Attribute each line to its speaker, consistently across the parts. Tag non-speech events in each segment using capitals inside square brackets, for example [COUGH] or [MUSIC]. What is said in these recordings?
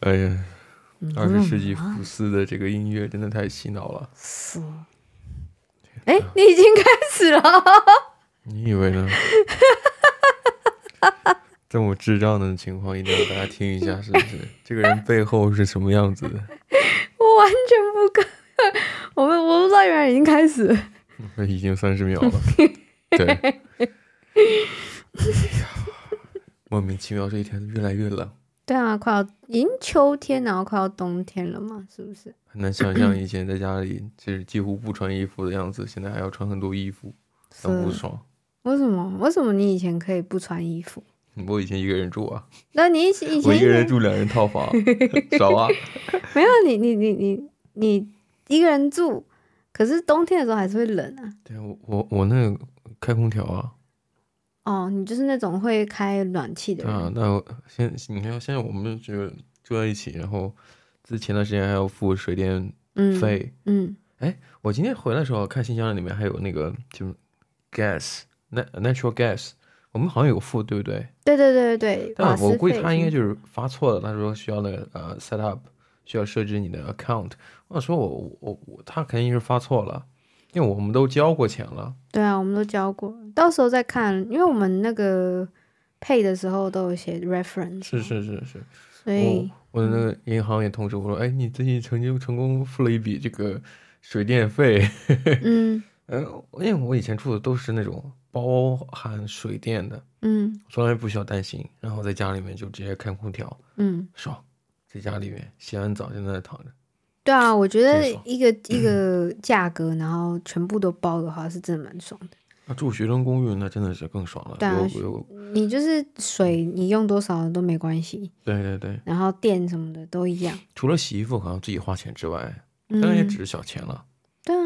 Speaker 1: 哎呀，二十世纪福斯的这个音乐真的太洗脑了。
Speaker 2: 是。哎，你已经开始了，
Speaker 1: 你以为呢？ [LAUGHS] 这么智障的情况，一定要大家听一下，是不 [LAUGHS] 是？这个人背后是什么样子的？
Speaker 2: 我完全不敢， [LAUGHS] 我们我不知道原来已经开始了。
Speaker 1: 已经三十秒 [LAUGHS] 了，对。哎呀，莫名其妙，这一天越来越冷，
Speaker 2: 对啊，快要已经秋天，然后快要冬天了嘛，是不是？
Speaker 1: 很难想象以前在家里就是几乎不穿衣服的样子，现在还要穿很多衣服，
Speaker 2: 是
Speaker 1: 很不爽。
Speaker 2: 为什么？为什么你以前可以不穿衣服？
Speaker 1: 我以前一个人住啊，
Speaker 2: 那你以前以
Speaker 1: 我
Speaker 2: 前
Speaker 1: 一个人住两人套 [LAUGHS] 房，少啊。
Speaker 2: 没有你你你你你一个人住，可是冬天的时候还是会冷啊。
Speaker 1: 对，我我我那个开空调啊，
Speaker 2: 哦，你就是那种会开暖气的
Speaker 1: 对
Speaker 2: 人。
Speaker 1: 啊，那我现你看现在我们就住在一起，然后之前段时间还要付水电
Speaker 2: 嗯，
Speaker 1: 费。
Speaker 2: 嗯，
Speaker 1: 我今天回来的时候看信箱里面还有那个就是 gas na- natural gas，我们好像有付对不对？
Speaker 2: 对对对对对，瓦
Speaker 1: 但
Speaker 2: 斯
Speaker 1: 我估计
Speaker 2: 费
Speaker 1: 他应该
Speaker 2: 是
Speaker 1: 就是发错了，他说需要那个呃 set up，需要设置你的 account。我说我我我我他肯定是发错了，因为我们都交过钱了。
Speaker 2: 对啊，我们都教过，到时候再看，因为我们那个配的时候都有写 reference，
Speaker 1: 是，是是是，
Speaker 2: 所以
Speaker 1: 我我的那
Speaker 2: 嗯
Speaker 1: 个银行也通知我说，哎，你最近曾经成功付了一笔这个水电费。
Speaker 2: 嗯
Speaker 1: 嗯，因为我以前住的都是那种包含水电的，
Speaker 2: 嗯
Speaker 1: 从来不需要担心，然后在家里面就直接开空调，
Speaker 2: 嗯，
Speaker 1: 爽，在家里面洗完澡就在那躺着，
Speaker 2: 对啊，我觉得
Speaker 1: 挺爽
Speaker 2: 一个一个价格，然后全部都包的话，是真的蛮爽的。
Speaker 1: 那住学生公寓那真的是更爽了，
Speaker 2: 对啊
Speaker 1: 有有
Speaker 2: 你就是水，你用多少都没关系，
Speaker 1: 对对对，
Speaker 2: 然后电什么的都一样。
Speaker 1: 除了洗衣服好像自己花钱之外，
Speaker 2: 嗯
Speaker 1: 当，然也只是小钱了，
Speaker 2: 对啊，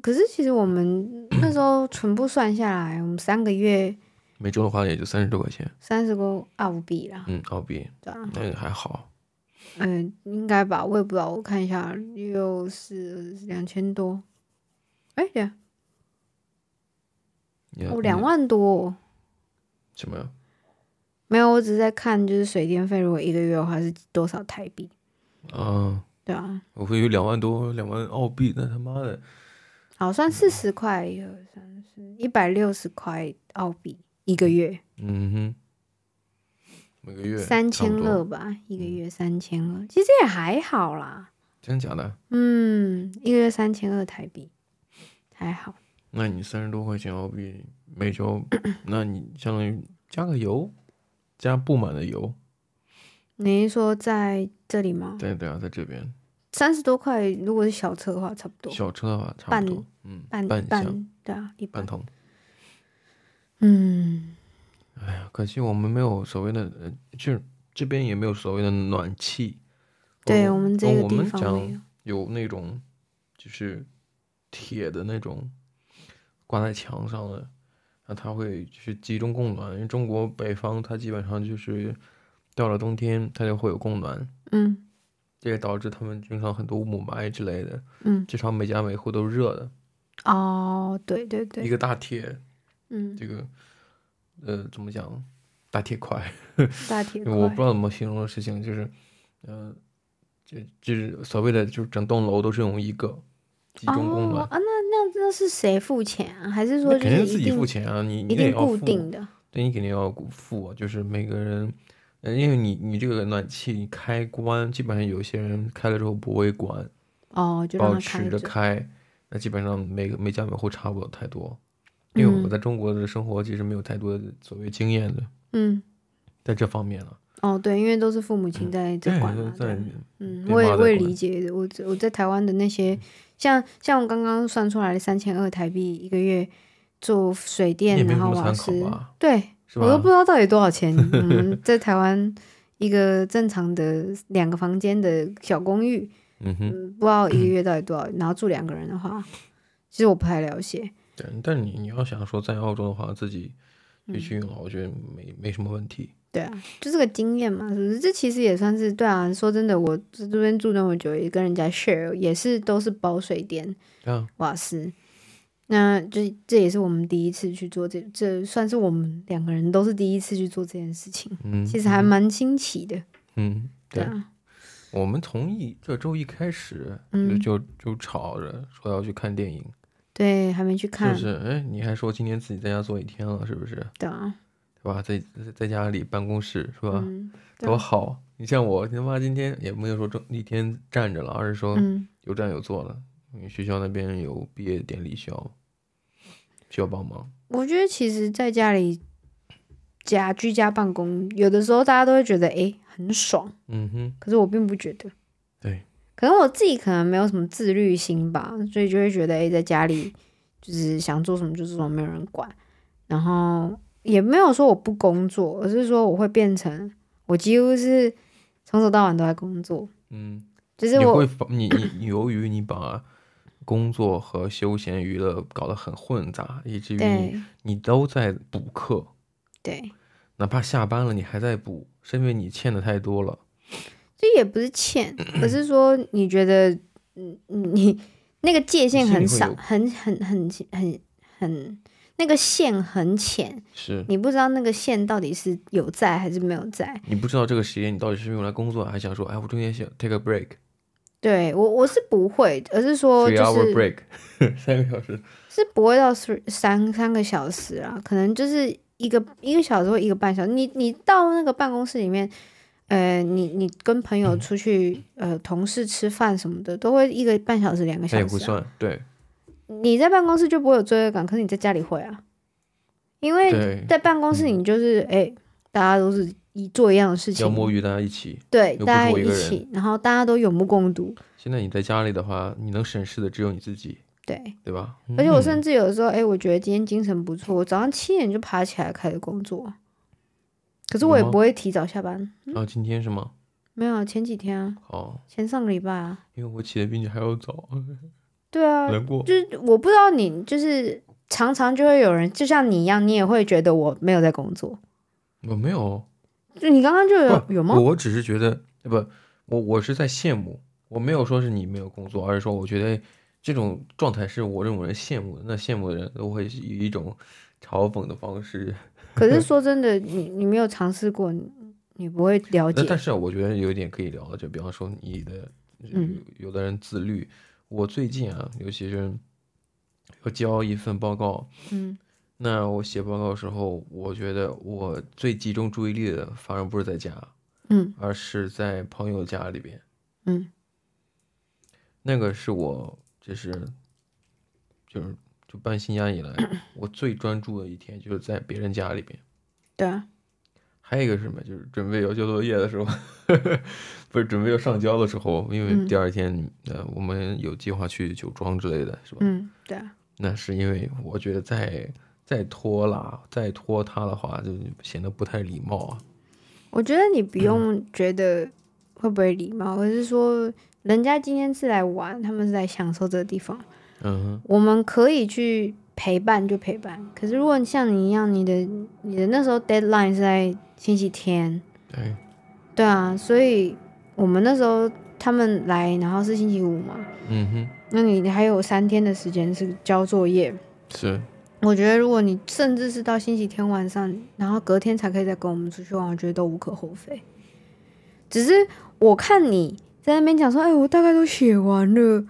Speaker 2: 可是其实我们那时候全部算下来，我们三个月
Speaker 1: 每周的话也就三十多块钱，
Speaker 2: 三十个澳币啦，
Speaker 1: 嗯，澳币，
Speaker 2: 对啊，
Speaker 1: 那也还好，
Speaker 2: 嗯、应该吧，我也不知道，我看一下，又是两千多，哎、对啊，
Speaker 1: 你
Speaker 2: 哦，
Speaker 1: 你
Speaker 2: 两万多哦，
Speaker 1: 嗯什么呀？
Speaker 2: 没有，我只是在看，就是水电费，如果一个月的话是多少台币，
Speaker 1: 啊，
Speaker 2: 对啊，
Speaker 1: 我会有两万多，两万澳币，那他妈的，
Speaker 2: 好，算四十块，一二三四，一百六十块澳币一个月，
Speaker 1: 嗯哼，每个月
Speaker 2: 三
Speaker 1: 差
Speaker 2: 千
Speaker 1: 不多嗯
Speaker 2: 二，吧，一个月三千二，其实也还好啦。
Speaker 1: 真的假的？
Speaker 2: 嗯，一个月三千二台币，还好。
Speaker 1: 那你三十多块钱澳币每
Speaker 2: [CLEARS THROAT]
Speaker 1: 周，那你相当于加个油，加不满的油，
Speaker 2: 你是说在这里吗？
Speaker 1: 对对啊，在这边
Speaker 2: 三十多块，如果是小车的话，差不多
Speaker 1: 小车的话差
Speaker 2: 半
Speaker 1: 不多，嗯，
Speaker 2: 半
Speaker 1: 半箱
Speaker 2: 半，对啊，一
Speaker 1: 半
Speaker 2: 半。
Speaker 1: 桶。
Speaker 2: 嗯，
Speaker 1: 哎可惜我们没有所谓的，呃，就是这边也没有所谓的暖气。
Speaker 2: 对
Speaker 1: 哦
Speaker 2: 我们这
Speaker 1: 哦
Speaker 2: 个
Speaker 1: 我
Speaker 2: 地
Speaker 1: 们
Speaker 2: 方没有
Speaker 1: 讲有那种就是铁的那种挂在墙上的，那它会就是集中供暖。因为中国北方它基本上就是到了冬天它就会有供暖。
Speaker 2: 嗯
Speaker 1: 这也导致他们经常很多雾霾之类的，
Speaker 2: 嗯，
Speaker 1: 至少每家每户都是热的。
Speaker 2: 哦，对对
Speaker 1: 一
Speaker 2: 对，
Speaker 1: 个大铁，
Speaker 2: 嗯，
Speaker 1: 这个呃怎么讲，大铁块，
Speaker 2: 大铁块，
Speaker 1: 我不知道怎么形容的事情，就是呃，就就是所谓的就是整栋楼都是用一个集中供
Speaker 2: 哦
Speaker 1: 暖，
Speaker 2: 啊，那那那是谁付钱啊？还是
Speaker 1: 那
Speaker 2: 说就
Speaker 1: 肯定
Speaker 2: 是
Speaker 1: 自己
Speaker 2: 一定
Speaker 1: 付钱啊，你你
Speaker 2: 一
Speaker 1: 得
Speaker 2: 定
Speaker 1: 要
Speaker 2: 固
Speaker 1: 付，
Speaker 2: 定的？
Speaker 1: 对你肯定要付啊，就是每个人。呃因为你你这个暖气你开关，基本上有些人开了之后不会关，
Speaker 2: 哦，就让
Speaker 1: 保
Speaker 2: 他开
Speaker 1: 持着
Speaker 2: 着。
Speaker 1: 开，那基本上每个每家每户差不了太多。因为我
Speaker 2: 嗯
Speaker 1: 在中国的生活其实没有太多的所谓经验的，
Speaker 2: 嗯，
Speaker 1: 在这方面了。
Speaker 2: 哦，对，因为都是父母
Speaker 1: 嗯
Speaker 2: 亲在在管嘛，对
Speaker 1: 在
Speaker 2: 啊嗯，
Speaker 1: 被
Speaker 2: 我也
Speaker 1: 骂
Speaker 2: 我
Speaker 1: 在嗯
Speaker 2: 也
Speaker 1: 国
Speaker 2: 理
Speaker 1: 内
Speaker 2: 解的。我在我在台湾的那些，像像我刚刚算出来的三千二台币一个月做水
Speaker 1: 也
Speaker 2: 电，
Speaker 1: 没
Speaker 2: 然
Speaker 1: 什
Speaker 2: 后
Speaker 1: 么
Speaker 2: 瓦
Speaker 1: 参考
Speaker 2: 斯，
Speaker 1: 吧
Speaker 2: 对
Speaker 1: 是吧？
Speaker 2: 我都不知道到底多
Speaker 1: [LAUGHS]
Speaker 2: 少钱。嗯，在台湾一个正常的两个房间的小公寓，
Speaker 1: 嗯哼，
Speaker 2: 嗯，不知道一个月到底多少，然后住两个人的话，其实我不太了解。
Speaker 1: 对，但你你要想说在澳洲的话，自己去
Speaker 2: 嗯
Speaker 1: 去用的话，我觉得没没什么问题。
Speaker 2: 对啊，就是个经验嘛，是不是？这其实也算是对啊。说真的，我在这边住那么久，也跟人家 share，也是都是包水电，
Speaker 1: 这样
Speaker 2: 瓦斯，那这这也是我们第一次去做这，这算是我们两个人都是第一次去做这件事情，
Speaker 1: 嗯，
Speaker 2: 其实还蛮新奇的。
Speaker 1: 嗯，对，
Speaker 2: 对啊，
Speaker 1: 我们从一这周一开始
Speaker 2: 嗯
Speaker 1: 就就就吵着说要去看电影，
Speaker 2: 对，还没去
Speaker 1: 是
Speaker 2: 看
Speaker 1: 不，是？哎，你还说今天自己在家坐一天了，是不是？
Speaker 2: 对啊，
Speaker 1: 对吧？在在在家里办公室是吧？
Speaker 2: 嗯，对
Speaker 1: 多好！你像我他妈今天也没有说正一天站着了，而是说
Speaker 2: 嗯，
Speaker 1: 有站有坐了。因为学校那边有毕业典礼需要需要帮忙，
Speaker 2: 我觉得其实在家里家居家办公，有的时候大家都会觉得诶很爽，
Speaker 1: 嗯哼，
Speaker 2: 可是我并不觉得，
Speaker 1: 对，
Speaker 2: 可能我自己可能没有什么自律心吧，所以就会觉得诶在家里就是想做什么就做什么，没有人管，然后也没有说我不工作，而是说我会变成我几乎是从早到晚都在工作，
Speaker 1: 嗯，
Speaker 2: 就是
Speaker 1: 你
Speaker 2: 我
Speaker 1: 会把你你你由于你把工作和休闲娱乐搞得很混杂，以至于你
Speaker 2: 对
Speaker 1: 你都在补课，
Speaker 2: 对，
Speaker 1: 哪怕下班了你还在补，是因为你欠的太多了。
Speaker 2: 这也不是欠，而是说你觉得，嗯，你那个界限很
Speaker 1: 你心里会有
Speaker 2: 少，很很很很很那个线很浅，
Speaker 1: 是
Speaker 2: 你不知道那个线到底是有在还是没有在。
Speaker 1: 你不知道这个时间你到底是用来工作，还想说，哎，我中间想 take a break。
Speaker 2: 对我我是不会，而是说
Speaker 1: three
Speaker 2: 哦就
Speaker 1: hour
Speaker 2: 是
Speaker 1: break，三
Speaker 2: [LAUGHS]
Speaker 1: 个小时。
Speaker 2: 是不会到三三三个小时啊，可能就是一个一个小时或一个半小时。你你到那个办公室里面。呃，你你跟朋
Speaker 1: 嗯
Speaker 2: 友出去，呃，同事吃饭什么的，都会一个半小时、两个小
Speaker 1: 那也
Speaker 2: 时、
Speaker 1: 不
Speaker 2: 啊。
Speaker 1: 算，对
Speaker 2: 你在办公室就不会有罪恶感，可是你在家里会啊，因为
Speaker 1: 对，嗯
Speaker 2: 在办公室你就是哎、大家都是一做一样的事
Speaker 1: 要摸
Speaker 2: 情，
Speaker 1: 鱼大家一起。
Speaker 2: 对，
Speaker 1: 又不
Speaker 2: 大
Speaker 1: 是
Speaker 2: 家
Speaker 1: 我一
Speaker 2: 一
Speaker 1: 个
Speaker 2: 起，然后大家都有目共睹，
Speaker 1: 现在你在家里的话，你能审视的只有你自己，
Speaker 2: 对。
Speaker 1: 对吧？
Speaker 2: 而且我
Speaker 1: 嗯
Speaker 2: 甚至有的时候，哎、我觉得今天精神不错，我早上七点就爬起来开始工作，可是我也
Speaker 1: 有吗
Speaker 2: 不会提早下班。
Speaker 1: 啊，今天是吗？
Speaker 2: 没有，前几天啊，
Speaker 1: 好，
Speaker 2: 前上个礼拜啊，
Speaker 1: 因为我起的比你还要早，
Speaker 2: 对啊，
Speaker 1: 难过。
Speaker 2: 就是我不知道你，就是常常就会有人，就像你一样，你也会觉得我没有在工作。
Speaker 1: 我没有，
Speaker 2: 就你刚刚就啊有有吗
Speaker 1: 我？我只是觉得，呃不，我我是在羡慕，我没有说是你没有工作，而是说我觉得这种状态是我这种人羡慕的。那羡慕的人都会以一种嘲讽的方式 [LAUGHS]
Speaker 2: 可是说真的，你你没有尝试过，你你不会了
Speaker 1: 那
Speaker 2: 解。
Speaker 1: 但是啊我觉得有一点可以聊的，就比方说你的，
Speaker 2: 嗯
Speaker 1: 有有的人自律，我最近啊，尤其是要交一份报告，
Speaker 2: 嗯
Speaker 1: 那我写报告的时候，我觉得我最集中注意力的反而不是在家，
Speaker 2: 嗯
Speaker 1: 而是在朋友家里边，
Speaker 2: 嗯
Speaker 1: 那个是我就是就是就搬新家以来，我最专注的一天就是在别人家里边。
Speaker 2: 对啊，
Speaker 1: 还有一个是什么，就是准备要交作业的时候， [LAUGHS] 不是准备要上交的时候，因为
Speaker 2: 嗯
Speaker 1: 第二天、呃我们有计划去酒庄之类的，是吧？
Speaker 2: 嗯对啊，
Speaker 1: 那是因为我觉得再再拖拉再拖沓的话，就显得不太礼貌啊。
Speaker 2: 我觉得你不
Speaker 1: 嗯
Speaker 2: 用觉得会不会礼貌，而是说人家今天是来玩，他们是来享受这个地方，
Speaker 1: 嗯
Speaker 2: 我们可以去陪伴就陪伴。可是如果像你一样，你的你的那时候 deadline 是在星期天，
Speaker 1: 哼，对，
Speaker 2: 对啊，所以我们那时候他们来，然后是星期五嘛，
Speaker 1: 嗯哼，
Speaker 2: 那你还有三天的时间是交作业。
Speaker 1: 是，
Speaker 2: 我觉得如果你甚至是到星期天晚上，然后隔天才可以再跟我们出去玩，我觉得都无可厚非。只是我看你在那边讲说，哎，我大概都写完了，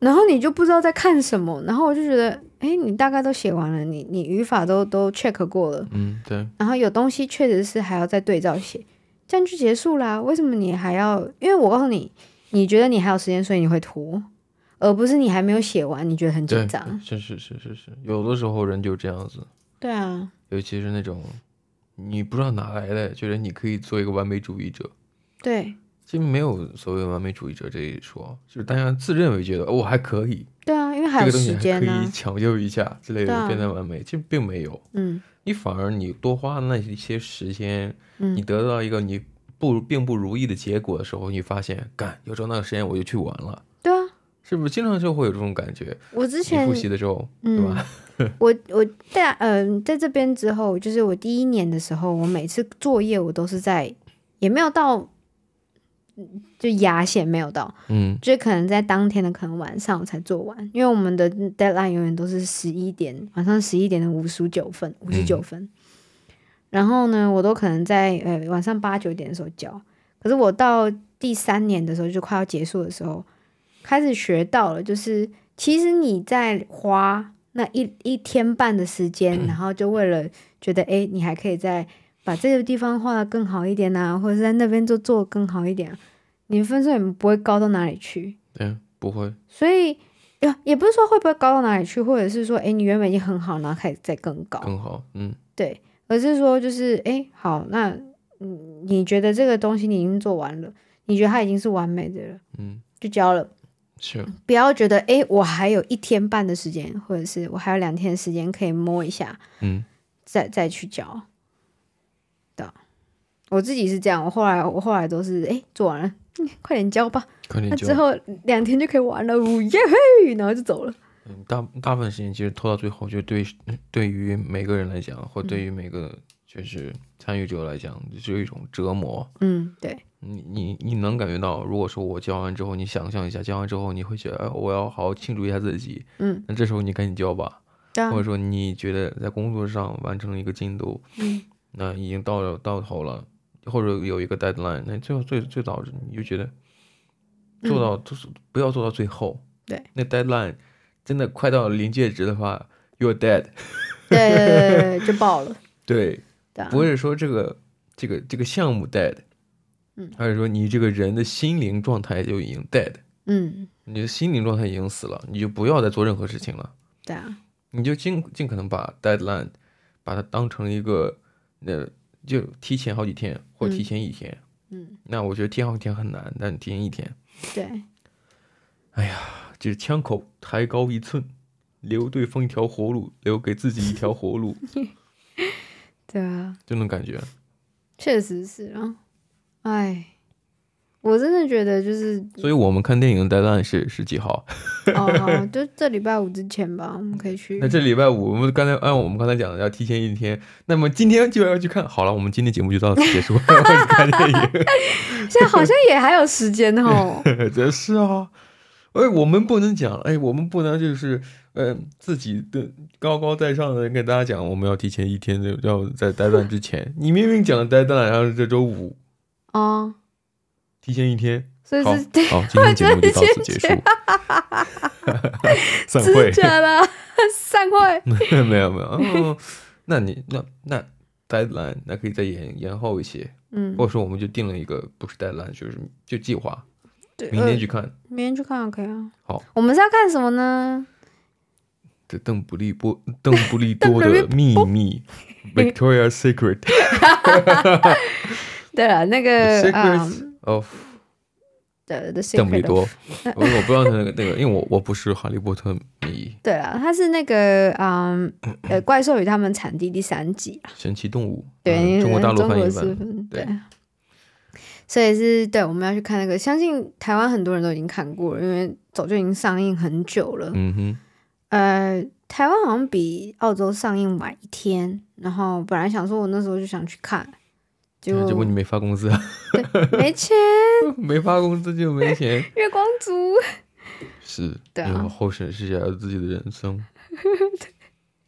Speaker 2: 然后你就不知道在看什么，然后我就觉得，哎，你大概都写完了，你你语法都都 check 过了，
Speaker 1: 嗯，对，
Speaker 2: 然后有东西确实是还要再对照写，这样就结束啦。为什么你还要？因为我告诉你，你觉得你还有时间，所以你会拖，而不是你还没有写完，你觉得很紧
Speaker 1: 对
Speaker 2: 张，。
Speaker 1: 是是是是是，有的时候人就这样子，
Speaker 2: 对啊，
Speaker 1: 尤其是那种你不知道哪来的，觉得你可以做一个完美主义者。
Speaker 2: 对。
Speaker 1: 其实没有所谓完美主义者这一说，就是大家自认为觉得、哦、我还可以，
Speaker 2: 对啊，因为还
Speaker 1: 这
Speaker 2: 有
Speaker 1: 个东
Speaker 2: 时
Speaker 1: 西还
Speaker 2: 间
Speaker 1: 可
Speaker 2: 呢、
Speaker 1: 以 [LAUGHS] 抢救一下之类
Speaker 2: 对
Speaker 1: 的，
Speaker 2: 啊
Speaker 1: 变得完美，其实并没有。
Speaker 2: 嗯
Speaker 1: 你反而你多花那一些时间，你
Speaker 2: 嗯，
Speaker 1: 得到一个你不并不如意的结果的时候，你发现，干，有时候那个时间我就去玩了，
Speaker 2: 对啊，
Speaker 1: 是不是？经常就会有这种感觉。
Speaker 2: 我之
Speaker 1: 你
Speaker 2: 前
Speaker 1: 复习的时候，对
Speaker 2: 嗯
Speaker 1: 吧？，
Speaker 2: 我我在嗯、在这边之后，就是我第一年的时候，我每次作业我都是在也没有到就压线没有到，
Speaker 1: 嗯
Speaker 2: 就可能在当天的可能晚上我才做完，因为我们的 deadline 永远都是十一点，晚上十一点的五十九分，五十九分。然后呢，我都可能在呃晚上八九点的时候交，可是我到第三年的时候，就快要结束的时候，开始学到了，就是其实你在花那一一天半的时间，然后就为了觉得诶，你还可以再把这个地方画的更好一点啊，或者是在那边做做得更好一点、啊，你的分数也不会高到哪里去。
Speaker 1: 对，不会，
Speaker 2: 所以也也不是说会不会高到哪里去，或者是说诶，你原本已经很好，然后开始再更高，
Speaker 1: 更好，嗯
Speaker 2: 对，而是说就是诶，好，那嗯，你觉得这个东西你已经做完了，你觉得它已经是完美的了，
Speaker 1: 嗯，
Speaker 2: 就交了。
Speaker 1: 是，
Speaker 2: 不要觉得诶，我还有一天半的时间，或者是我还有两天的时间可以摸一下，
Speaker 1: 嗯
Speaker 2: 再再去交的。我自己是这样，我后来我后来都是诶，做完了，嗯快点交吧，
Speaker 1: 快点
Speaker 2: 那
Speaker 1: 交
Speaker 2: 之。后两天就可以玩了，呜耶嘿，然后就走了。
Speaker 1: 嗯，大大部分时间其实拖到最后，就对 [LAUGHS] 对于每个人来讲，或对于每个就是参与者来讲，就是一种折磨。
Speaker 2: 嗯，对，
Speaker 1: 你你你能感觉到，如果说我交完之后，你想象一下，交完之后你会觉得，哎，我要好好庆祝一下自己。
Speaker 2: 嗯，
Speaker 1: 那这时候你赶紧交吧，
Speaker 2: 对啊
Speaker 1: 或，者说你觉得在工作上完成了一个进度，
Speaker 2: 嗯
Speaker 1: 那已经到了到头了，或者有一个 deadline，那最后最最早你就觉得做到就是不要做到最后，
Speaker 2: 嗯对，
Speaker 1: 那 deadline 真的快到临界值的话，you're dead。
Speaker 2: 对对对对对，就爆了，
Speaker 1: 对，
Speaker 2: 对啊，
Speaker 1: 不是说这个这个这个项目 dead，
Speaker 2: 嗯
Speaker 1: 而是说你这个人的心灵状态就已经 dead，
Speaker 2: 嗯，
Speaker 1: 你的心灵状态已经死了，你就不要再做任何事情了，
Speaker 2: 对啊，
Speaker 1: 你就尽尽可能把 deadline 把它当成一个呃，就提前好几天或提
Speaker 2: 嗯
Speaker 1: 前一天。
Speaker 2: 嗯，
Speaker 1: 那我觉得提前好几天很难，但提前一天，
Speaker 2: 对，
Speaker 1: 就是枪口抬高一寸，留对方一条活路，留给自己一条活路，
Speaker 2: 对啊。
Speaker 1: 就那种
Speaker 2: [LAUGHS]
Speaker 1: 感觉。
Speaker 2: 确实是啊，哎，我真的觉得就是
Speaker 1: 所以我们看电影的 deadline 是是几号？
Speaker 2: 哦，好就这礼拜五之前吧，我们可以去
Speaker 1: [LAUGHS] 那。这礼拜五，我们刚才按我们刚才讲的，要提前一天。那么今天就要去看。好了，我们今天节目就到此结束，我 [LAUGHS] 去看电影。
Speaker 2: 现在好像也还有时间
Speaker 1: [LAUGHS]
Speaker 2: 哦。
Speaker 1: 这是啊，哎，我们不能讲，哎，我们不能就是，呃，自己的高高在上的跟大家讲，我们要提前一天就要在 deadline 之前。你明明讲了 deadline，然后是这周五
Speaker 2: 哦，
Speaker 1: 提前一天。
Speaker 2: 所以
Speaker 1: 好
Speaker 2: 是对，
Speaker 1: 好，今天节目就到此结束， [LAUGHS] 散
Speaker 2: 真
Speaker 1: 会
Speaker 2: 的。假的？ [LAUGHS] 散会。
Speaker 1: [LAUGHS] 没有没有，嗯，那你那那 deadline 那可以再延延后一些。
Speaker 2: 嗯
Speaker 1: 或，者说我们就定了一个不是 deadline，就是就计划，
Speaker 2: 对，
Speaker 1: 明天
Speaker 2: 呃
Speaker 1: 去看。
Speaker 2: 明天去看可以啊。
Speaker 1: 好，
Speaker 2: 我们是要看什么呢？
Speaker 1: 这邓布利多， [LAUGHS] 邓布利多的秘
Speaker 2: [LAUGHS]
Speaker 1: 密 （Victoria Secret）
Speaker 2: 对了，那
Speaker 1: The
Speaker 2: 个啊，
Speaker 1: Secret of
Speaker 2: 的的 secret
Speaker 1: 邓布利
Speaker 2: of-
Speaker 1: 多。
Speaker 2: [LAUGHS]
Speaker 1: 我我不知道那个那个，因为我我不是哈利波特迷，
Speaker 2: 对了，它是那个嗯呃，怪兽与他们产地第三季啊
Speaker 1: 神奇动物，
Speaker 2: [LAUGHS] 对，
Speaker 1: 嗯中国大陆
Speaker 2: 中
Speaker 1: 翻
Speaker 2: 国
Speaker 1: 译
Speaker 2: 是
Speaker 1: 版，
Speaker 2: 嗯
Speaker 1: 对
Speaker 2: 对。所以是对，我们要去看那个，相信台湾很多人都已经看过了，因为早就已经上映很久了。
Speaker 1: 嗯哼，嗯
Speaker 2: 呃，台湾好像比澳洲上映晚一天，然后本来想说我那时候就想去看，结
Speaker 1: 嗯结果
Speaker 2: 果
Speaker 1: 你没发工资，
Speaker 2: 没钱，
Speaker 1: [LAUGHS] 没发工资就没
Speaker 2: [LAUGHS]
Speaker 1: 钱，
Speaker 2: 月光族。
Speaker 1: 是，
Speaker 2: [LAUGHS] 对啊
Speaker 1: 因为后审是要自己的人
Speaker 2: [LAUGHS]
Speaker 1: 生，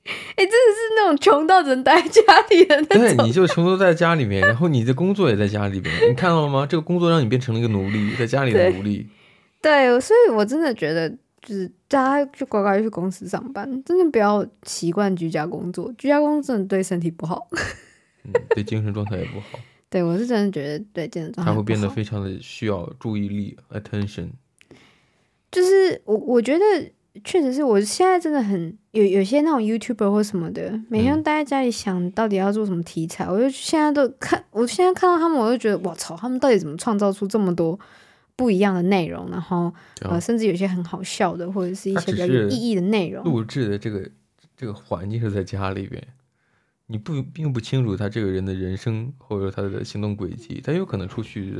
Speaker 2: 哎、真的是那种穷到只能待在家里的那
Speaker 1: 对，
Speaker 2: 种。
Speaker 1: 你就全部都在家里面，然后你的工作也在家里面，你看到了吗？这个工作让你变成了一个奴隶，在家里的
Speaker 2: 对
Speaker 1: 奴隶。
Speaker 2: 对，所以我真的觉得，就是大家就乖乖去公司上班，真的不要习惯居家工作，居家工作真的对身体不好。 [LAUGHS]
Speaker 1: 嗯，对精神状态也不好，
Speaker 2: 对我是真的觉得对健身状态
Speaker 1: 他会
Speaker 2: 不
Speaker 1: 变得
Speaker 2: 好
Speaker 1: 非常的需要注意力 attention。
Speaker 2: 就是我我觉得确实是我现在真的很有有些那种 YouTuber 或什么的，每天
Speaker 1: 嗯
Speaker 2: 待在家里想到底要做什么题材，我就现在都看，我现在看到他们，我就觉得我操，他们到底怎么创造出这么多不一样的内容，然后
Speaker 1: 对啊
Speaker 2: 呃，甚至有些很好笑的，或者是一
Speaker 1: 他
Speaker 2: 些
Speaker 1: 只
Speaker 2: 比较有
Speaker 1: 是
Speaker 2: 意义的内容。
Speaker 1: 录制的这个这个环境是在家里边，你不并不清楚他这个人的人生或者他的行动轨迹，他有可能出去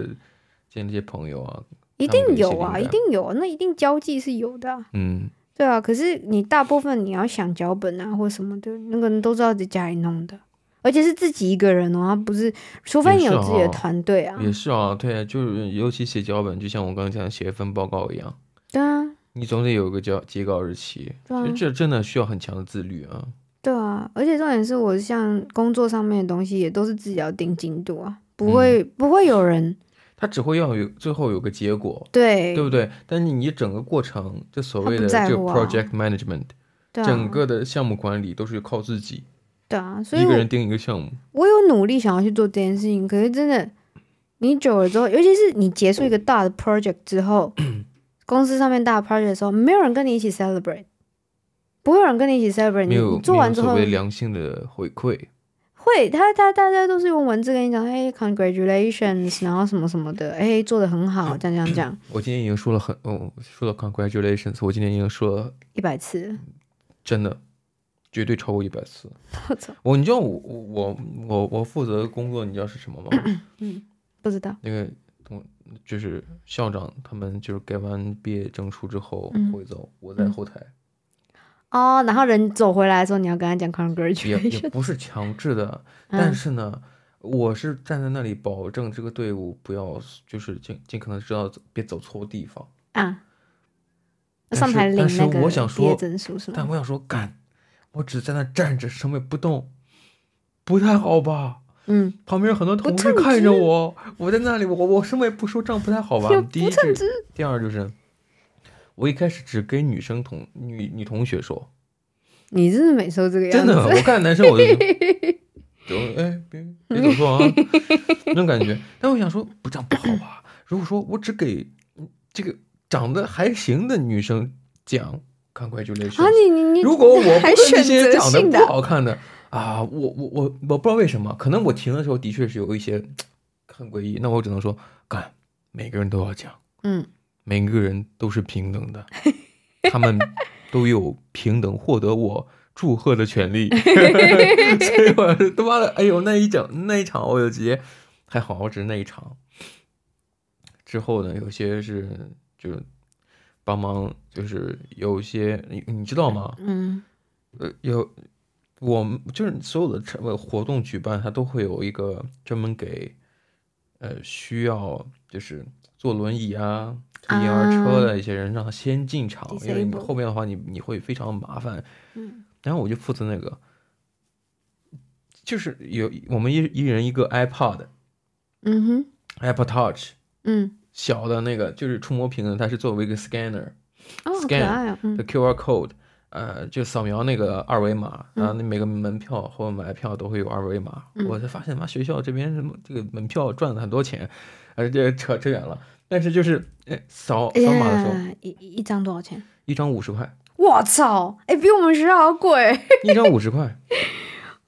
Speaker 1: 见这些朋友啊，
Speaker 2: 一
Speaker 1: 他们的
Speaker 2: 定
Speaker 1: 一些
Speaker 2: 有啊，
Speaker 1: 灵
Speaker 2: 一
Speaker 1: 感
Speaker 2: 定有啊，那一定交际是有的啊、
Speaker 1: 嗯，
Speaker 2: 对啊。可是你大部分你要想脚本啊或什么的，那个人都是要在家里弄的，而且是自己一个人哦，他不是，除非你
Speaker 1: 也是
Speaker 2: 有自己的
Speaker 1: 哦
Speaker 2: 团队啊。
Speaker 1: 也是啊，对，就是尤其写脚本，就像我刚刚讲写一份报告一样，
Speaker 2: 对啊，
Speaker 1: 你总得有个交截稿日期，
Speaker 2: 对啊
Speaker 1: 其实这真的需要很强的自律啊。
Speaker 2: 对啊。而且重点是我像工作上面的东西也都是自己要定进度啊，不
Speaker 1: 嗯
Speaker 2: 会、不会有人
Speaker 1: 他只会要有最后有个结果，
Speaker 2: 对
Speaker 1: 对不对？但是你整个过程，这所
Speaker 2: 他
Speaker 1: 谓
Speaker 2: 不
Speaker 1: 的
Speaker 2: 在
Speaker 1: 这个
Speaker 2: 乎啊
Speaker 1: project management，、
Speaker 2: 对啊
Speaker 1: 整个的项目管理都是靠自己，
Speaker 2: 对啊，所以
Speaker 1: 一
Speaker 2: 我
Speaker 1: 个人盯一个项目。
Speaker 2: 我有努力想要去做这件事情，可是真的，你久了之后，尤其是你结束一个大的 project 之后，
Speaker 1: [CLEARS THROAT]
Speaker 2: 公司上面大的 project 的时候，没有人跟你一起 celebrate，不会有人跟你一起 celebrate
Speaker 1: 没
Speaker 2: 你。
Speaker 1: 有
Speaker 2: 你做
Speaker 1: 没有
Speaker 2: 完之
Speaker 1: 所
Speaker 2: 后
Speaker 1: 谓，良性的回馈，
Speaker 2: 会他他大家都是用文字跟你讲，哎，congratulations，然后什么什么的，哎，做的很
Speaker 1: [CLEARS THROAT]
Speaker 2: 好，这样这样这样，
Speaker 1: 我今天已经说了很，哦，说了 congratulations，我今天已经说了，
Speaker 2: 一百次， [LAUGHS]
Speaker 1: 真的，绝对超过一百次。
Speaker 2: 我操，
Speaker 1: 我，你知道我我我我负责的工作，你知道是什
Speaker 2: [COUGHS]
Speaker 1: 么吗？
Speaker 2: 不知道，
Speaker 1: 那个同就是校长他们就是给完毕业证书之后
Speaker 2: 嗯
Speaker 1: 会走，我在
Speaker 2: 嗯
Speaker 1: 后台，
Speaker 2: 哦，然后人走回来的时候，你要跟他讲
Speaker 1: 也也 [LAUGHS]
Speaker 2: congratulations，
Speaker 1: 不是强制的，但
Speaker 2: 嗯
Speaker 1: 是呢，我是站在那里保证这个队伍不要就是尽尽可能知道别走错地方。
Speaker 2: 啊，
Speaker 1: 但
Speaker 2: 上
Speaker 1: 是
Speaker 2: 台领
Speaker 1: 但是
Speaker 2: 那个
Speaker 1: 我想
Speaker 2: 毕业
Speaker 1: 说
Speaker 2: 证书是吗？
Speaker 1: 但我想说，干，我只在那站着，什么也不动，不太好吧？
Speaker 2: 嗯。
Speaker 1: 旁边有很多同事
Speaker 2: 称
Speaker 1: 看着
Speaker 2: 职
Speaker 1: 我，我在那里，我我什么也不说，这样不太好吧
Speaker 2: 就？
Speaker 1: 第
Speaker 2: 不
Speaker 1: 一
Speaker 2: 称
Speaker 1: 是
Speaker 2: 职，
Speaker 1: 第二就是，我一开始只跟女生同女女同学说，
Speaker 2: 你真的每次都这个样
Speaker 1: 真
Speaker 2: 子，
Speaker 1: 的，哦我看男生我就走，
Speaker 2: [LAUGHS]
Speaker 1: 哎，别别走错啊，那种感觉。但我想说，不这样不好吧？如果说我只给嗯这个长得还行的女生讲 congratulations，
Speaker 2: 啊！你你你，
Speaker 1: 如果我不
Speaker 2: 还
Speaker 1: 跟
Speaker 2: 选
Speaker 1: 那些
Speaker 2: 择
Speaker 1: 长得
Speaker 2: 性
Speaker 1: 不好看的啊，我我我我不知道为什么，可能我停的时候的确是有一些很诡异，那我只能说，干，每个人都要讲，
Speaker 2: 嗯，
Speaker 1: 每个人都是平等的，他们都有平等获得我祝贺的权利。所以我他妈的，哎呦，那一整那一场，我就直接还好，我只是那一场。之后呢，有些是就是帮忙，就是有一些你你知道吗？
Speaker 2: 嗯
Speaker 1: 呃，有我们就是所有的成呃活动举办，它都会有一个专门给呃需要就是坐轮椅啊、推婴儿车的一些人，让他先进场，因为你
Speaker 2: 啊 Disabled
Speaker 1: 后面的话你你会非常麻烦。
Speaker 2: 嗯
Speaker 1: 然后我就负责那个，就是有我们一一人一个 iPod、
Speaker 2: 嗯哼
Speaker 1: iPod Touch
Speaker 2: 嗯，
Speaker 1: 小的那个，就是触摸屏的，它是作为一个 scanner。
Speaker 2: 哦，好可
Speaker 1: Scan
Speaker 2: 爱哦，嗯
Speaker 1: 的 QR code，呃，就扫描那个二维码，
Speaker 2: 嗯
Speaker 1: 然后那每个门票或买票都会有二维码。
Speaker 2: 嗯
Speaker 1: 我才发现，妈学校这边什么这个门票赚了很多钱，呃，这扯扯远了。但是就是，哎，扫
Speaker 2: 哎
Speaker 1: 扫码的时候，
Speaker 2: 呀，一一一张多少钱？
Speaker 1: 一张五十
Speaker 2: [LAUGHS]
Speaker 1: 块，
Speaker 2: 我操，哎，比我们学校还贵。 [LAUGHS]
Speaker 1: 一张五十块。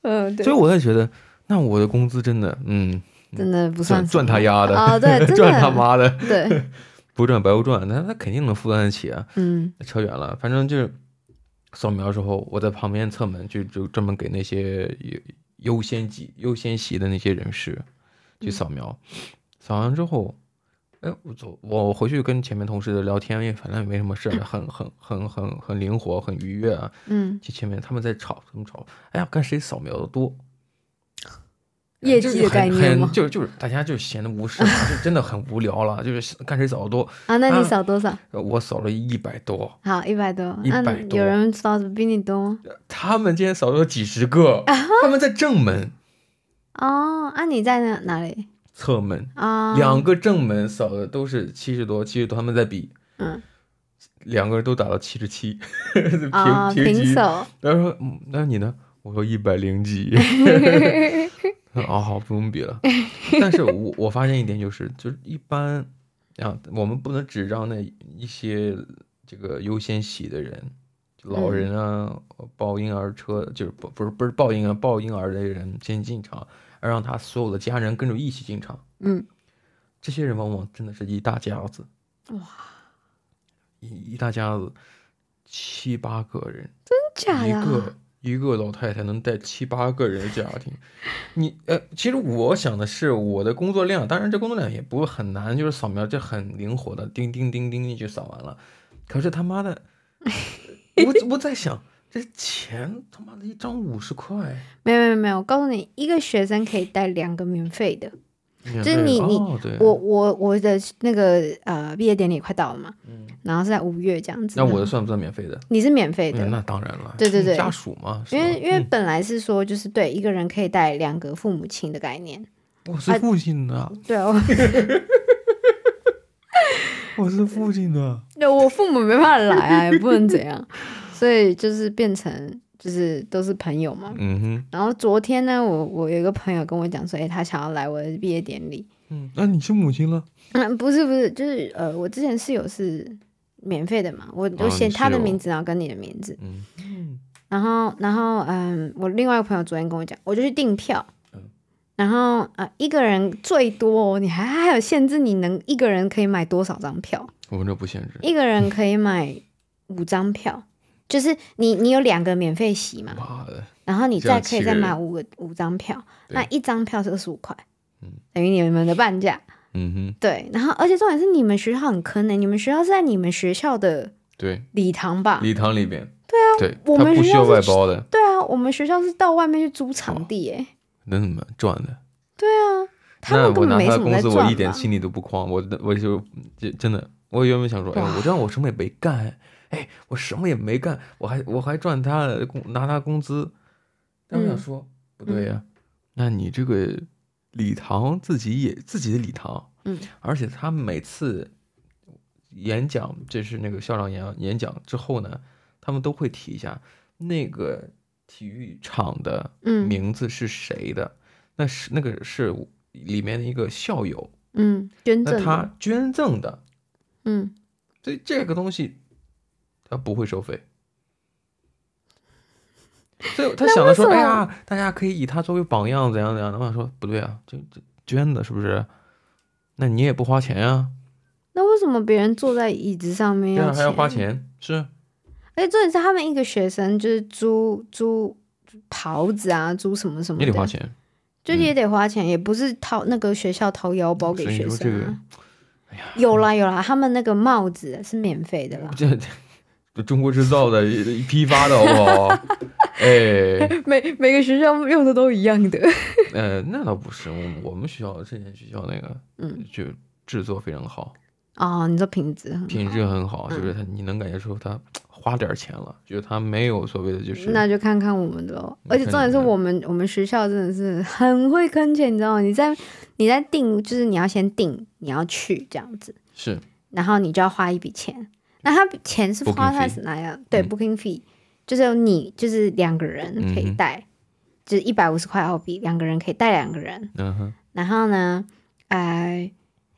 Speaker 2: 嗯，对
Speaker 1: 所以，我在觉得，那我的工资真的，嗯，
Speaker 2: 真的不算
Speaker 1: 赚赚他
Speaker 2: 什
Speaker 1: 丫
Speaker 2: 么
Speaker 1: 的，
Speaker 2: 啊，
Speaker 1: [LAUGHS]
Speaker 2: 对，真的
Speaker 1: 赚他妈的， [LAUGHS]
Speaker 2: 对，
Speaker 1: 不赚白不赚。那他肯定能负担得起啊。
Speaker 2: 嗯
Speaker 1: 扯远了，反正就是扫描的时候，我在旁边侧门就就专门给那些优优先级、优先席的那些人士
Speaker 2: 嗯
Speaker 1: 去扫描。扫完之后，哎，我走，我回去跟前面同事聊天，因为哎反正也没什么事
Speaker 2: [COUGHS]
Speaker 1: 儿，很很很很很灵活，很愉悦啊。
Speaker 2: 嗯，
Speaker 1: 就前面他们在吵，他们吵，哎呀，看谁扫描的多。
Speaker 2: 业绩的概念吗
Speaker 1: 就？是很很就就是大家就闲的无事嘛，就真的很无聊了，就是看谁扫的多。
Speaker 2: 啊，那
Speaker 1: 啊
Speaker 2: 你少多少？
Speaker 1: 我扫了一百多，
Speaker 2: 好，一百多。
Speaker 1: 100
Speaker 2: 那
Speaker 1: 多
Speaker 2: 有人少比你多吗？
Speaker 1: 他们今天扫了几十个，
Speaker 2: 啊
Speaker 1: 他们在正门、
Speaker 2: 哦，啊，你在哪哪里？
Speaker 1: 侧门，
Speaker 2: 啊，
Speaker 1: 两个正门扫的都是七十多，七十多，他们在比，
Speaker 2: 嗯
Speaker 1: 两个人都打到七十七， [LAUGHS] 平、
Speaker 2: 啊，
Speaker 1: 平
Speaker 2: 平
Speaker 1: 局。
Speaker 2: 手。
Speaker 1: 他说：“嗯，那你呢？”我说：“一百零几。他说”哦，好，不用比了。但是我我发现一点就是，就是一般啊，我们不能只让那一些这个优先席的人，就老
Speaker 2: 嗯
Speaker 1: 人啊，抱婴儿车就是不不是不是抱婴儿抱婴儿的人先进场，而让他所有的家人跟着一起进场。
Speaker 2: 嗯，
Speaker 1: 这些人往往真的是一大家子，
Speaker 2: 哇，
Speaker 1: 一一大家子，七八个人。
Speaker 2: 假
Speaker 1: 一
Speaker 2: 的啊
Speaker 1: 个？一个老太太能带七八个人的家庭，你呃，其实我想的是我的工作量，当然这工作量也不是很难，就是扫描这很灵活的，叮叮叮叮你就扫完了。可是他妈的，我我在想，这钱他妈的一张五十块，
Speaker 2: 没有没有没有，我告诉你，一个学生可以带两个免费的。
Speaker 1: 免
Speaker 2: 就是
Speaker 1: 费
Speaker 2: 你你
Speaker 1: 哦、对
Speaker 2: 我我我的那个呃毕业典礼快到了嘛，
Speaker 1: 嗯
Speaker 2: 然后是在五月这样子。
Speaker 1: 那我的算不算免费的？
Speaker 2: 你是免费
Speaker 1: 嗯
Speaker 2: 的，
Speaker 1: 那当然了，
Speaker 2: 对对对
Speaker 1: 家属嘛，是
Speaker 2: 因为
Speaker 1: 吧
Speaker 2: 因为
Speaker 1: 嗯
Speaker 2: 本来是说就是对一个人可以带两个父母亲的概念，
Speaker 1: 我是
Speaker 2: 啊
Speaker 1: 父亲的，
Speaker 2: 对哦，
Speaker 1: 我是父亲的，
Speaker 2: [LAUGHS] 对我父母没办法来啊， [LAUGHS] 也不能怎样，所以就是变成就是都是朋友嘛。
Speaker 1: 嗯哼，
Speaker 2: 然后昨天呢，我我有一个朋友跟我讲说，诶，哎他想要来我的毕业典礼。 [LAUGHS]
Speaker 1: 嗯，那你是母亲了，
Speaker 2: 嗯，不是不是，就是呃，我之前室友是免费的嘛，我
Speaker 1: 哦
Speaker 2: 就
Speaker 1: 你
Speaker 2: 写他的
Speaker 1: 室友
Speaker 2: 名字，然后跟你的名字，
Speaker 1: 嗯
Speaker 2: 然后，然后，嗯，我另外一个朋友昨天跟我讲，我就去订票，
Speaker 1: 嗯
Speaker 2: 然后呃，一个人最多哦，你还还有限制，你能一个人可以买多少张票？
Speaker 1: 我们这不限制，
Speaker 2: 一个人可以买五张票，就是你你有两个免费席嘛，
Speaker 1: 妈的，
Speaker 2: 然后你
Speaker 1: 这样
Speaker 2: 再可以
Speaker 1: 七
Speaker 2: 再
Speaker 1: 个
Speaker 2: 买
Speaker 1: 人
Speaker 2: 五个五张票，
Speaker 1: 对
Speaker 2: 那一张票是二十五块
Speaker 1: 嗯，
Speaker 2: 等于你们的半价。
Speaker 1: 嗯哼，
Speaker 2: 对，然后而且重点是你们学校很坑的、欸你们学校是在你们学校的
Speaker 1: 对，
Speaker 2: 礼堂吧？
Speaker 1: 礼堂里边，对啊，对，
Speaker 2: 嗯我
Speaker 1: 他
Speaker 2: 们
Speaker 1: 不
Speaker 2: 学
Speaker 1: 需
Speaker 2: 校
Speaker 1: 要
Speaker 2: 是
Speaker 1: 外包的，
Speaker 2: 对啊，我们学校是到外面去租场地、欸，
Speaker 1: 能怎么赚的？
Speaker 2: 他
Speaker 1: 那
Speaker 2: 们
Speaker 1: 我
Speaker 2: 根
Speaker 1: 拿
Speaker 2: 本没
Speaker 1: 他
Speaker 2: 什
Speaker 1: 的
Speaker 2: 么
Speaker 1: 工
Speaker 2: 在
Speaker 1: 资，
Speaker 2: 赚
Speaker 1: 我
Speaker 2: 嘛。
Speaker 1: 一点心里都不慌，我我就就真的，我原本想说，哎，
Speaker 2: 哇
Speaker 1: 我这样我什么也没干，哎，我什么也没干，我还我还赚他的工，拿他工资，但我想
Speaker 2: 嗯
Speaker 1: 说、不对呀、那你这个礼堂自己也自己的礼堂，
Speaker 2: 嗯，
Speaker 1: 而且他每次演讲，这是那个校长演演讲之后呢，他们都会提一下那个体育场的
Speaker 2: 嗯
Speaker 1: 名字是谁的，那是那个是里面的一个校友，
Speaker 2: 嗯，捐赠
Speaker 1: 那
Speaker 2: 的
Speaker 1: 他捐赠的，
Speaker 2: 嗯，
Speaker 1: 所以这个东西他不会收费。所以他
Speaker 2: 那
Speaker 1: 想的
Speaker 2: 为
Speaker 1: 说，
Speaker 2: 什
Speaker 1: 哎
Speaker 2: 么
Speaker 1: 呀，大家可以以他作为榜样，怎样怎样的。我想说，不对啊，这这捐的是不是？那你也不花钱啊，
Speaker 2: 那为什么别人坐在椅子上面
Speaker 1: 这
Speaker 2: 要
Speaker 1: 啊样还要花
Speaker 2: 钱？
Speaker 1: 钱，是
Speaker 2: 而且重点是他们一个学生就是租租袍子啊，租什么什么
Speaker 1: 也
Speaker 2: 的，
Speaker 1: 得花钱。嗯
Speaker 2: 就也得花钱，也不是掏那个学校掏腰包给
Speaker 1: 所以
Speaker 2: 学
Speaker 1: 你说
Speaker 2: 生、
Speaker 1: 这个
Speaker 2: 啊。有啦有啦，他们那个帽子是免费的啦，
Speaker 1: 这 [LAUGHS] 这中国制造的一批发的好不
Speaker 2: [LAUGHS]
Speaker 1: 好？哎，
Speaker 2: 每每个学校用的都一样
Speaker 1: [LAUGHS]
Speaker 2: 的。
Speaker 1: 呃，那倒不是，我我们学校之前学校那个，
Speaker 2: 嗯，
Speaker 1: 就制作非常好，
Speaker 2: 哦，你说瓶子很好，
Speaker 1: 品质很
Speaker 2: 嗯
Speaker 1: 好，就是他你能感觉出他花点儿钱了，就是他没有所谓的就是，
Speaker 2: 那就看看我们的咯。
Speaker 1: 那
Speaker 2: 而且
Speaker 1: 看
Speaker 2: 重点
Speaker 1: 你
Speaker 2: 是
Speaker 1: 们
Speaker 2: 我们我们学校真的是很会坑钱，你知道吗？你在你在定，就是你要先定你要去这样子，
Speaker 1: 是
Speaker 2: 然后你就要花一笔钱。那他钱是
Speaker 1: Booking
Speaker 2: 花在
Speaker 1: fee
Speaker 2: 哪样？对
Speaker 1: 嗯
Speaker 2: ，booking fee 就是你就是两个人可以
Speaker 1: 嗯哼
Speaker 2: 带，就是一百五十块澳币，两个人可以带两个人。
Speaker 1: 嗯哼，
Speaker 2: 然后呢，呃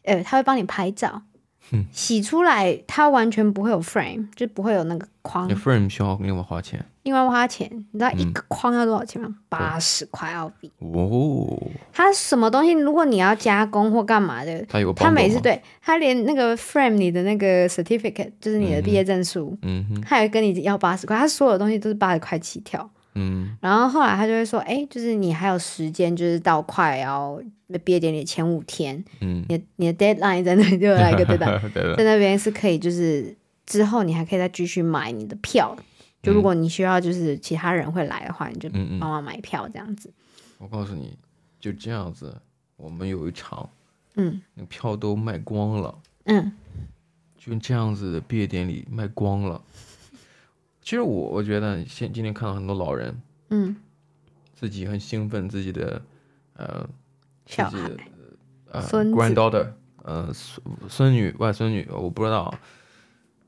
Speaker 2: 呃，他会帮你拍照
Speaker 1: 嗯。
Speaker 2: 洗出来，它完全不会有 frame，就不会有那个框
Speaker 1: 你。friend 需要给我花钱
Speaker 2: 另外花钱，你知道一
Speaker 1: 嗯
Speaker 2: 个框要多少钱吗？八十块澳币。
Speaker 1: 哦，
Speaker 2: 它什么东西，如果你要加工或干嘛的，
Speaker 1: 他有
Speaker 2: 它
Speaker 1: 帮
Speaker 2: 每
Speaker 1: 助
Speaker 2: 次
Speaker 1: 吗，
Speaker 2: 对它连那个 frame 你的那个 certificate，就是你的
Speaker 1: 嗯
Speaker 2: 毕业证书，
Speaker 1: 嗯哼，
Speaker 2: 它也会跟你要八十块，它所有东西都是八十块起跳。
Speaker 1: 嗯
Speaker 2: 然后后来他就会说，哎，就是你还有时间，就是到快要毕业典礼前五天，
Speaker 1: 嗯，
Speaker 2: 你的你的 deadline 在那里，就 [LAUGHS] 来一个 deadline，
Speaker 1: [LAUGHS] 对的，
Speaker 2: 在那边是可以，就是之后你还可以再继续买你的票。就如果你需要，就是其他人会来的话，你就
Speaker 1: 嗯嗯
Speaker 2: 帮忙买票这样子。
Speaker 1: 我告诉你，就这样子，我们有一场，
Speaker 2: 嗯，
Speaker 1: 那票都卖光了。
Speaker 2: 嗯
Speaker 1: 就这样子的毕业典礼卖光了。其实我我觉得现今天看到很多老人
Speaker 2: 嗯，
Speaker 1: 自己很兴奋自己的呃自
Speaker 2: 小
Speaker 1: 己
Speaker 2: 孩
Speaker 1: 的呃
Speaker 2: 孙子
Speaker 1: granddaughter 呃孙孙女外孙女我不知道，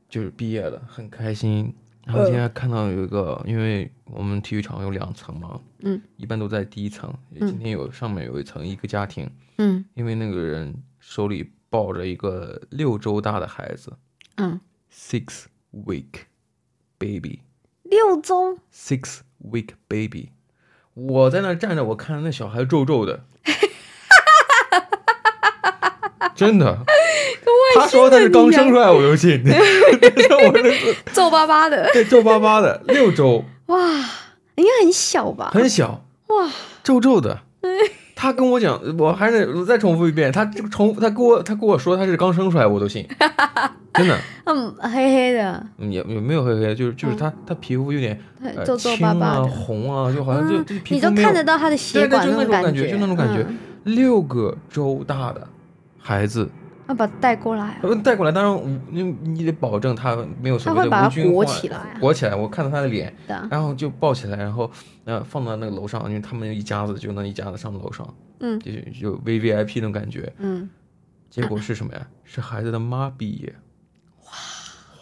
Speaker 1: 就是毕业了很开心。然
Speaker 2: 嗯
Speaker 1: 后今天看到有一个，因为我们体育场有两层嘛，
Speaker 2: 嗯，
Speaker 1: 一般都在第一层。今天有上面有一层一个家庭，
Speaker 2: 嗯
Speaker 1: 因为那个人手里抱着一个六周大的孩子，
Speaker 2: 嗯，
Speaker 1: six week baby
Speaker 2: 六周
Speaker 1: six week baby，我在那儿站着，我看那小孩皱皱的，真的。他说他是刚生出来，我就信。 [LAUGHS] 我是
Speaker 2: 皱巴巴的，
Speaker 1: 这皱巴巴的，六周，
Speaker 2: [LAUGHS] 哇，应该很小吧？
Speaker 1: 很小，
Speaker 2: 哇，
Speaker 1: 皱皱的。他跟我讲，我还得我再重复一遍。他这个重复，他跟我他跟我说他是刚生出来，我都信。真的
Speaker 2: 嗯，黑黑的，
Speaker 1: 嗯也也没有黑黑，就是就是他他皮肤有点
Speaker 2: 它
Speaker 1: 呃
Speaker 2: 皱皱巴
Speaker 1: 青
Speaker 2: 巴
Speaker 1: 啊
Speaker 2: 的，
Speaker 1: 红啊，就好像就
Speaker 2: 嗯
Speaker 1: 这皮
Speaker 2: 你
Speaker 1: 肤
Speaker 2: 都
Speaker 1: 没
Speaker 2: 看
Speaker 1: 有
Speaker 2: 得到他的
Speaker 1: 对
Speaker 2: 血
Speaker 1: 对
Speaker 2: 管
Speaker 1: 就那种
Speaker 2: 种
Speaker 1: 感
Speaker 2: 感
Speaker 1: 觉就那种感觉
Speaker 2: 嗯
Speaker 1: 六个州大的孩子，
Speaker 2: 要把它带过来啊
Speaker 1: 他，们带过来，当然无你你得保证他没有所
Speaker 2: 他
Speaker 1: 谓
Speaker 2: 会
Speaker 1: 的
Speaker 2: 把
Speaker 1: 无
Speaker 2: 它
Speaker 1: 菌
Speaker 2: 裹
Speaker 1: 患
Speaker 2: 起来啊
Speaker 1: 裹起来，我看到他的脸，
Speaker 2: 对啊，
Speaker 1: 然后就抱起来，然后呃放到那个楼上，因为他们一家子就那一家子上楼上，
Speaker 2: 嗯
Speaker 1: 就就 V V I P 那种感觉。
Speaker 2: 嗯，
Speaker 1: 结果是什么呀？是孩子的妈毕业。哇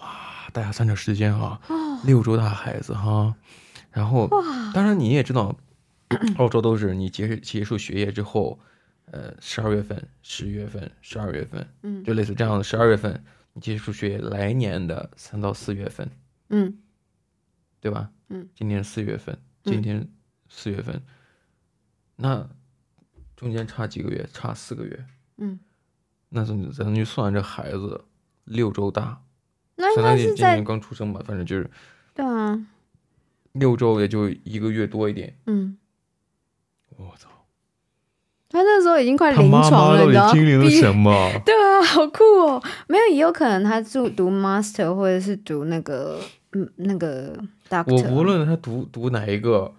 Speaker 1: 哇，大家算点时间哈，
Speaker 2: 哦
Speaker 1: 六周大孩子哈，然后
Speaker 2: 哇，
Speaker 1: 当然你也知道， [CLEARS THROAT] 澳洲都是你结结束学业之后，呃，十二月份、十月份、十二月份，
Speaker 2: 嗯
Speaker 1: 就类似这样的十二月份，你结束学业，来年的三到四月份，
Speaker 2: 嗯
Speaker 1: 对吧？
Speaker 2: 嗯，
Speaker 1: 今年四月份，
Speaker 2: 嗯
Speaker 1: 今年四月份，那中间差几个月？差四个月。
Speaker 2: 嗯，
Speaker 1: 那咱咱就算这孩子六周大，
Speaker 2: 哎那应
Speaker 1: 相当
Speaker 2: 该
Speaker 1: 于
Speaker 2: 是
Speaker 1: 今年
Speaker 2: 在
Speaker 1: 刚出生吧，反正就是
Speaker 2: 对啊，
Speaker 1: 六周，也就一个月多一点。
Speaker 2: 嗯，
Speaker 1: 我操，
Speaker 2: 他那时候已经快
Speaker 1: 他
Speaker 2: 临
Speaker 1: 妈
Speaker 2: 床
Speaker 1: 妈
Speaker 2: 了，
Speaker 1: 到
Speaker 2: 你知道
Speaker 1: 底经历了
Speaker 2: 毕业
Speaker 1: 什
Speaker 2: [LAUGHS]
Speaker 1: 么？
Speaker 2: 对啊，好酷哦！没有，也有可能他就读 master 或者是读那个嗯那个
Speaker 1: 我
Speaker 2: doctor。
Speaker 1: 无论他读读哪一个，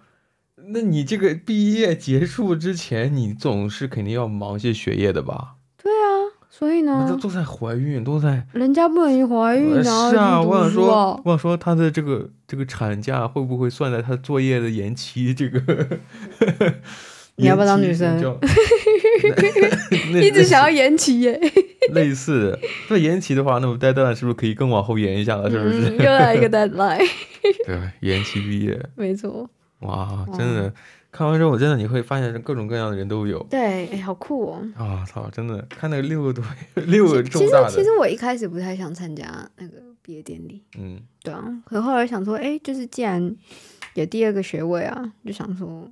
Speaker 1: 那你这个毕业结束之前，你总是肯定要忙些学业的吧？
Speaker 2: 对啊，所以
Speaker 1: 那都
Speaker 2: 呢，
Speaker 1: 都在怀孕，都在。
Speaker 2: 人家不能怀孕
Speaker 1: 呃
Speaker 2: 然后
Speaker 1: 是啊，
Speaker 2: 去读
Speaker 1: 我想
Speaker 2: 书
Speaker 1: 说
Speaker 2: 哦，？
Speaker 1: 我想说他的这个这个产假会不会算在他作业的延期这个
Speaker 2: [LAUGHS] 你要不要当
Speaker 1: 延
Speaker 2: 女
Speaker 1: 期
Speaker 2: 生
Speaker 1: 叫那
Speaker 2: [LAUGHS] 一直想要
Speaker 1: 类
Speaker 2: 延期耶，
Speaker 1: 似类似的，那延期的话，那么 deadline 是不是可以更往后延一下 [LAUGHS] 了？是不是？
Speaker 2: 嗯，又来一个 deadline， [LAUGHS]
Speaker 1: 对，延期毕业，
Speaker 2: 没错。
Speaker 1: 哇，真的，看完之后，真的你会发现各种各样的人都有
Speaker 2: 对，哎，好酷哦！
Speaker 1: 啊！操，真的，看那个六个多 [LAUGHS] 六个
Speaker 2: 其
Speaker 1: 重
Speaker 2: 实
Speaker 1: 大
Speaker 2: 其
Speaker 1: 的，
Speaker 2: 实我一开始不太想参加那个毕业典礼，
Speaker 1: 嗯，
Speaker 2: 对啊，可后来想说，哎，就是既然有第二个学位啊，就想说，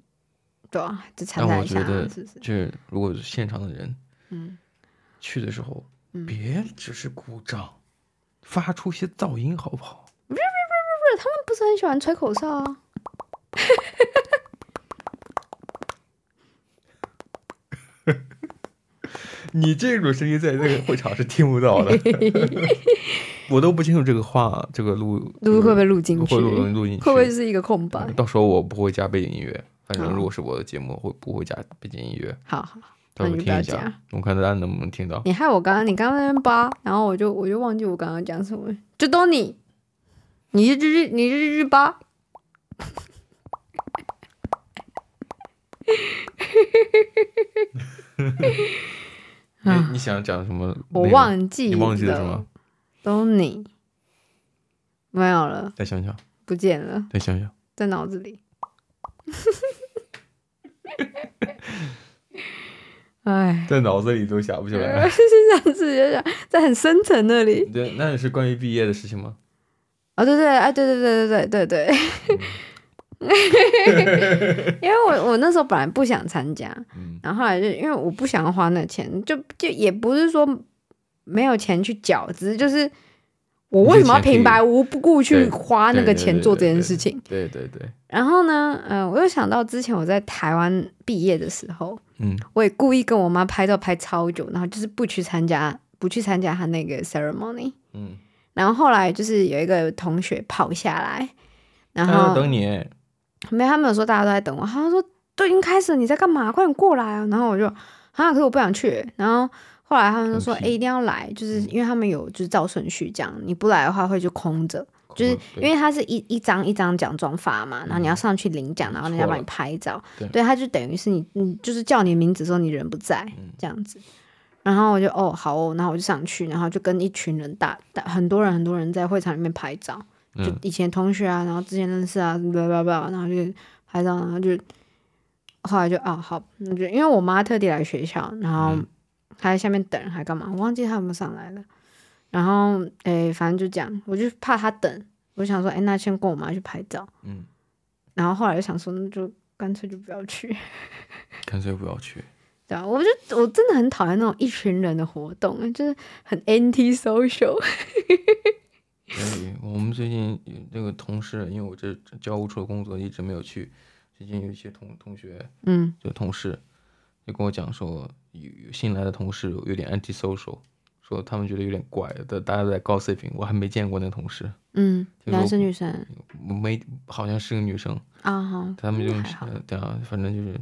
Speaker 2: 对啊，就参
Speaker 1: 那
Speaker 2: 加
Speaker 1: 我
Speaker 2: 一下
Speaker 1: 觉
Speaker 2: 啊，
Speaker 1: 得
Speaker 2: 是不是？
Speaker 1: 就是如果是现场的人
Speaker 2: 嗯。
Speaker 1: 去的时候，
Speaker 2: 嗯
Speaker 1: 别只是鼓掌，发出些噪音好不好？
Speaker 2: 不是很喜欢吹口哨啊。
Speaker 1: 你这种声音在那个会场是听不
Speaker 2: [LAUGHS]
Speaker 1: 到的，我都不清楚这个话这个录
Speaker 2: 录会不会录进去？
Speaker 1: 嗯会录录进去，嗯
Speaker 2: 会不啊会是一个空白？
Speaker 1: 到时候我不会加背景音乐，反正
Speaker 2: 好
Speaker 1: 如果是我的节目，我会不会加背景音乐？
Speaker 2: 好好，
Speaker 1: 到时候
Speaker 2: 那你就不
Speaker 1: 听
Speaker 2: 要
Speaker 1: 一下
Speaker 2: 加，
Speaker 1: 我看大家能不能听到。
Speaker 2: 你害我刚刚，你刚刚在那边扒，然后我就我就忘记我刚刚讲什么，就都你，你就日日你就日日扒。
Speaker 1: 哎
Speaker 2: 啊
Speaker 1: 你想讲什么？
Speaker 2: 我，忘记
Speaker 1: 你忘记了是吗？？
Speaker 2: 都你没有了，
Speaker 1: 再想想，
Speaker 2: 不见了，
Speaker 1: 再
Speaker 2: [LAUGHS]
Speaker 1: 想想。
Speaker 2: 在脑子里。哎， [LAUGHS]
Speaker 1: 在脑子里都想不起来。
Speaker 2: 是这样子，就想在很深层那里。
Speaker 1: 对，那是关于毕业的事情吗？
Speaker 2: 哦，对对，哎，对对对对对对
Speaker 1: [LAUGHS]
Speaker 2: 对，因为我我那时候本来不想参加，
Speaker 1: 嗯
Speaker 2: 然后后来就因为我不想要花那钱，就就也不是说没有钱去缴，只是就是我为什么要平白无故去花那个钱做这件事情？
Speaker 1: [LAUGHS] 对对对，
Speaker 2: 然后呢，嗯、我又想到之前我在台湾毕业的时候，
Speaker 1: 嗯
Speaker 2: 我也故意跟我妈拍照拍超久，然后就是不去参加，不去参加她那个 ceremony。
Speaker 1: 嗯。
Speaker 2: 然后后来就是有一个同学跑下来，然
Speaker 1: 他要
Speaker 2: 后
Speaker 1: 等你，哎
Speaker 2: 没有他没有说大家都在等我，他说都已经开始了，你在干嘛？快点过来啊！然后我就啊，可是我不想去。然后后来他们就说，
Speaker 1: 放
Speaker 2: 哎、
Speaker 1: 屁
Speaker 2: 一定要来，就是因为他们有就是照顺序这样，你不来的话会就空着，就是因
Speaker 1: 为
Speaker 2: 为它是一一张一张奖状发嘛，然后你要上去领奖，然后人家帮你拍照，
Speaker 1: 嗯对
Speaker 2: 对，他就等于是你你就是叫你名字的时候你人不在
Speaker 1: 嗯
Speaker 2: 这样子。然后我就哦好哦，然后我就上去，然后就跟一群人大大很多人很多人在会场里面拍照，就
Speaker 1: 嗯
Speaker 2: 以前同学啊，然后之前认识啊，叭叭叭，然后就拍照，然后就后来就啊、好，那就因为我妈特地来学校，然后
Speaker 1: 嗯
Speaker 2: 她在下面等还干嘛，我忘记她有没有上来了。然后诶，反正就这样，我就怕她等，我想说诶，哎那先跟我妈去拍照。
Speaker 1: 嗯，
Speaker 2: 然后后来就想说，那就干脆就不要去， [LAUGHS]
Speaker 1: 干脆不要去。
Speaker 2: 对啊，我就我真的很讨厌那种一群人的活动，就是很 anti social。
Speaker 1: 所以我们最近有那个同事，因为我这这教务处的工作一直没有去，最近有一些同同学
Speaker 2: [LAUGHS] 嗯，
Speaker 1: 就同事就跟我讲说，有有新来的同事有点 anti social，说他们觉得有点怪，但大家在 gossiping，我还没见过那个同事，
Speaker 2: 嗯，
Speaker 1: 听说
Speaker 2: 男生女生
Speaker 1: 我没好像是个女生，
Speaker 2: 啊哈，
Speaker 1: 他们
Speaker 2: 那
Speaker 1: 就
Speaker 2: 还
Speaker 1: 是
Speaker 2: 好
Speaker 1: 呃对啊，反正就是，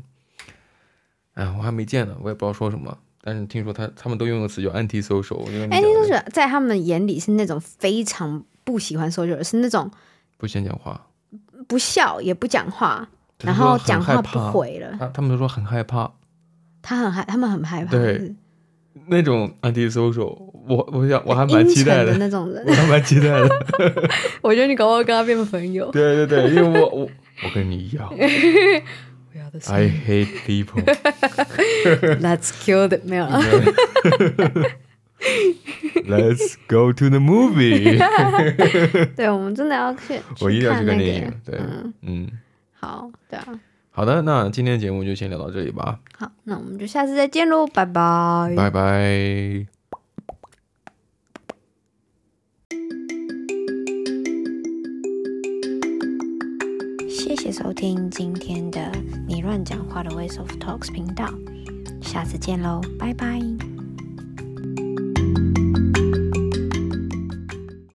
Speaker 1: 哎，我还没见呢，我也不知道说什么。但是听说他他们都用个词叫 anti social，我觉得你
Speaker 2: 哎，
Speaker 1: 讲
Speaker 2: 那
Speaker 1: 的
Speaker 2: 就是在他们眼里是那种非常不喜欢 social，是那种
Speaker 1: 不先讲话，
Speaker 2: 不笑也不讲话，
Speaker 1: 他
Speaker 2: 然
Speaker 1: 说
Speaker 2: 后
Speaker 1: 很
Speaker 2: 讲
Speaker 1: 害
Speaker 2: 话不
Speaker 1: 怕，
Speaker 2: 回了。
Speaker 1: 他他们都说很害怕
Speaker 2: 他很害，他们很害怕，
Speaker 1: 对
Speaker 2: 是
Speaker 1: 那种 anti social，我我想我还蛮
Speaker 2: 哎阴
Speaker 1: 期
Speaker 2: 沉
Speaker 1: 待
Speaker 2: 的
Speaker 1: 的，
Speaker 2: 那种人 [LAUGHS]
Speaker 1: 我。还蛮期待的。 [LAUGHS]
Speaker 2: 我觉得你搞不好跟他变朋友。
Speaker 1: 对对对，因为我我我跟你一样
Speaker 2: 不要的
Speaker 1: ，I hate
Speaker 2: [LAUGHS]
Speaker 1: people。 [LAUGHS]
Speaker 2: ，Let's kill it，没有了。
Speaker 1: Let's go to the movie 。 [LAUGHS]
Speaker 2: 对，我们真的要去，
Speaker 1: 我一定要去
Speaker 2: 看
Speaker 1: 看
Speaker 2: 那
Speaker 1: 电
Speaker 2: 个
Speaker 1: 影。对，
Speaker 2: 嗯，
Speaker 1: 嗯，
Speaker 2: 好，对啊，
Speaker 1: 好的，那今天节目就先聊到这里吧，
Speaker 2: 好，那我们就下次再见喽，拜拜。
Speaker 1: 拜拜。
Speaker 3: 谢谢收听今天的你乱讲话的 Ways of Talks 频道，下次见喽，拜拜。